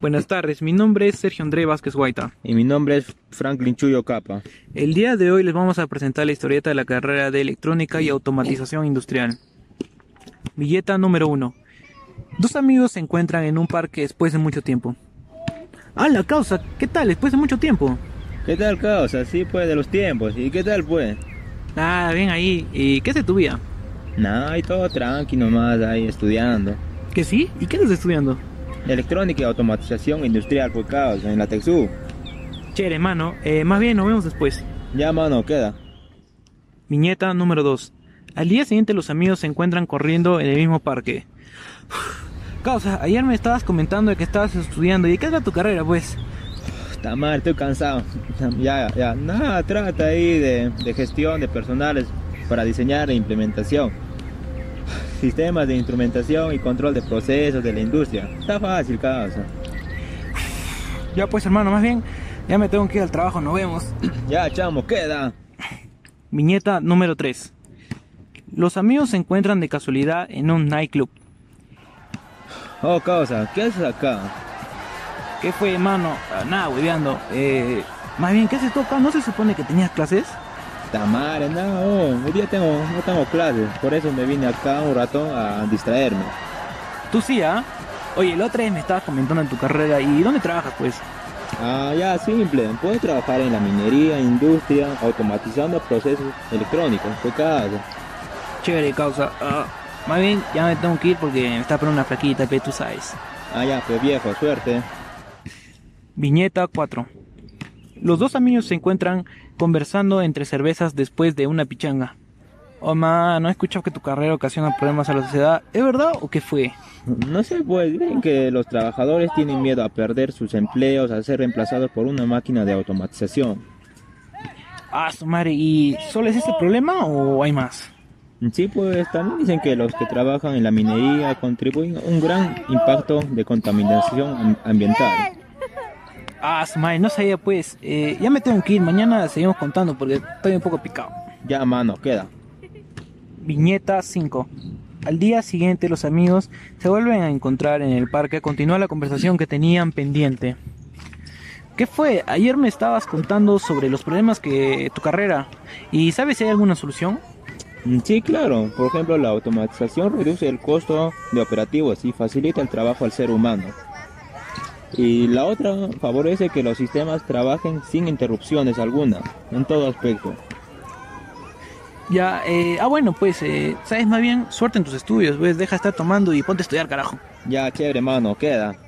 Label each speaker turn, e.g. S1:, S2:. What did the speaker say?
S1: Buenas tardes, mi nombre es Sergio André Vázquez Guaita.
S2: Y mi nombre es Franklin Chuyo Capa.
S1: El día de hoy les vamos a presentar la historieta de la carrera de electrónica y automatización industrial. Billeta número 1. Dos amigos se encuentran en un parque después de mucho tiempo. ¡Ah, la causa! ¿Qué tal? Después de mucho tiempo.
S2: ¿Qué tal, causa? Sí, pues, de los tiempos. ¿Y qué tal, pues?
S1: Ah, ven ahí. ¿Y qué hace tu vida?
S2: Nada, ahí todo tranqui nomás, ahí estudiando.
S1: ¿Que sí? ¿Y qué estás estudiando?
S2: Electrónica y automatización industrial, pues, causa, en la Texu.
S1: Chévere, mano. Eh, más bien, nos vemos después.
S2: Ya, mano, queda.
S1: Viñeta número 2. Al día siguiente los amigos se encuentran corriendo en el mismo parque. Causa, ayer me estabas comentando de que estabas estudiando. ¿Y de qué era tu carrera, pues?
S2: Está mal, estoy cansado. Ya, ya, nada, trata ahí de, de gestión de personales para diseñar e implementación. Sistemas de instrumentación y control de procesos de la industria. Está fácil, causa.
S1: Ya, pues, hermano, más bien, ya me tengo que ir al trabajo. Nos vemos.
S2: Ya, chamo, queda.
S1: Viñeta número 3. Los amigos se encuentran de casualidad en un nightclub.
S2: Oh, causa, ¿qué haces acá?
S1: ¿Qué fue, mano? Ah, Nada, hueveando. Eh, más bien, ¿qué haces tú acá? ¿No se supone que tenías clases?
S2: Está mal, no, hoy día tengo, no tengo clases, por eso me vine acá un rato a distraerme.
S1: Tú sí, ¿ah? Oye, la otra vez me estabas comentando en tu carrera. ¿Y dónde trabajas, pues?
S2: Ah, ya, simple. Puedes trabajar en la minería, industria, automatizando procesos electrónicos, fue caso.
S1: Chévere, causa. Ah, más bien, ya me tengo que ir porque me está poniendo una flaquita, pero tú sabes.
S2: Ah, ya, pues viejo, suerte.
S1: Viñeta 4. Los dos amigos se encuentran conversando entre cervezas después de una pichanga. Oh, ma, no he escuchado que tu carrera ocasiona problemas a la sociedad. ¿Es verdad o qué fue?
S2: No sé, pues dicen que los trabajadores tienen miedo a perder sus empleos, a ser reemplazados por una máquina de automatización.
S1: Ah, su madre, ¿y solo es ese problema o hay más?
S2: Sí, pues también dicen que los que trabajan en la minería contribuyen a un gran impacto de contaminación am- ambiental.
S1: Ah, su madre, no sabía pues. Eh, ya me tengo que ir, mañana seguimos contando porque estoy un poco picado.
S2: Ya, mano, queda.
S1: Viñeta 5. Al día siguiente los amigos se vuelven a encontrar en el parque. Continúa la conversación que tenían pendiente. ¿Qué fue? Ayer me estabas contando sobre los problemas que tu carrera. ¿Y sabes si hay alguna solución?
S2: Mm, Sí, claro. Por ejemplo, la automatización reduce el costo de operativos y facilita el trabajo al ser humano. Y la otra favorece que los sistemas trabajen sin interrupciones alguna, en todo aspecto.
S1: Ya, eh, ah bueno, pues, eh, sabes más bien, suerte en tus estudios, pues, deja de estar tomando y ponte a estudiar, carajo.
S2: Ya, chévere, mano, queda.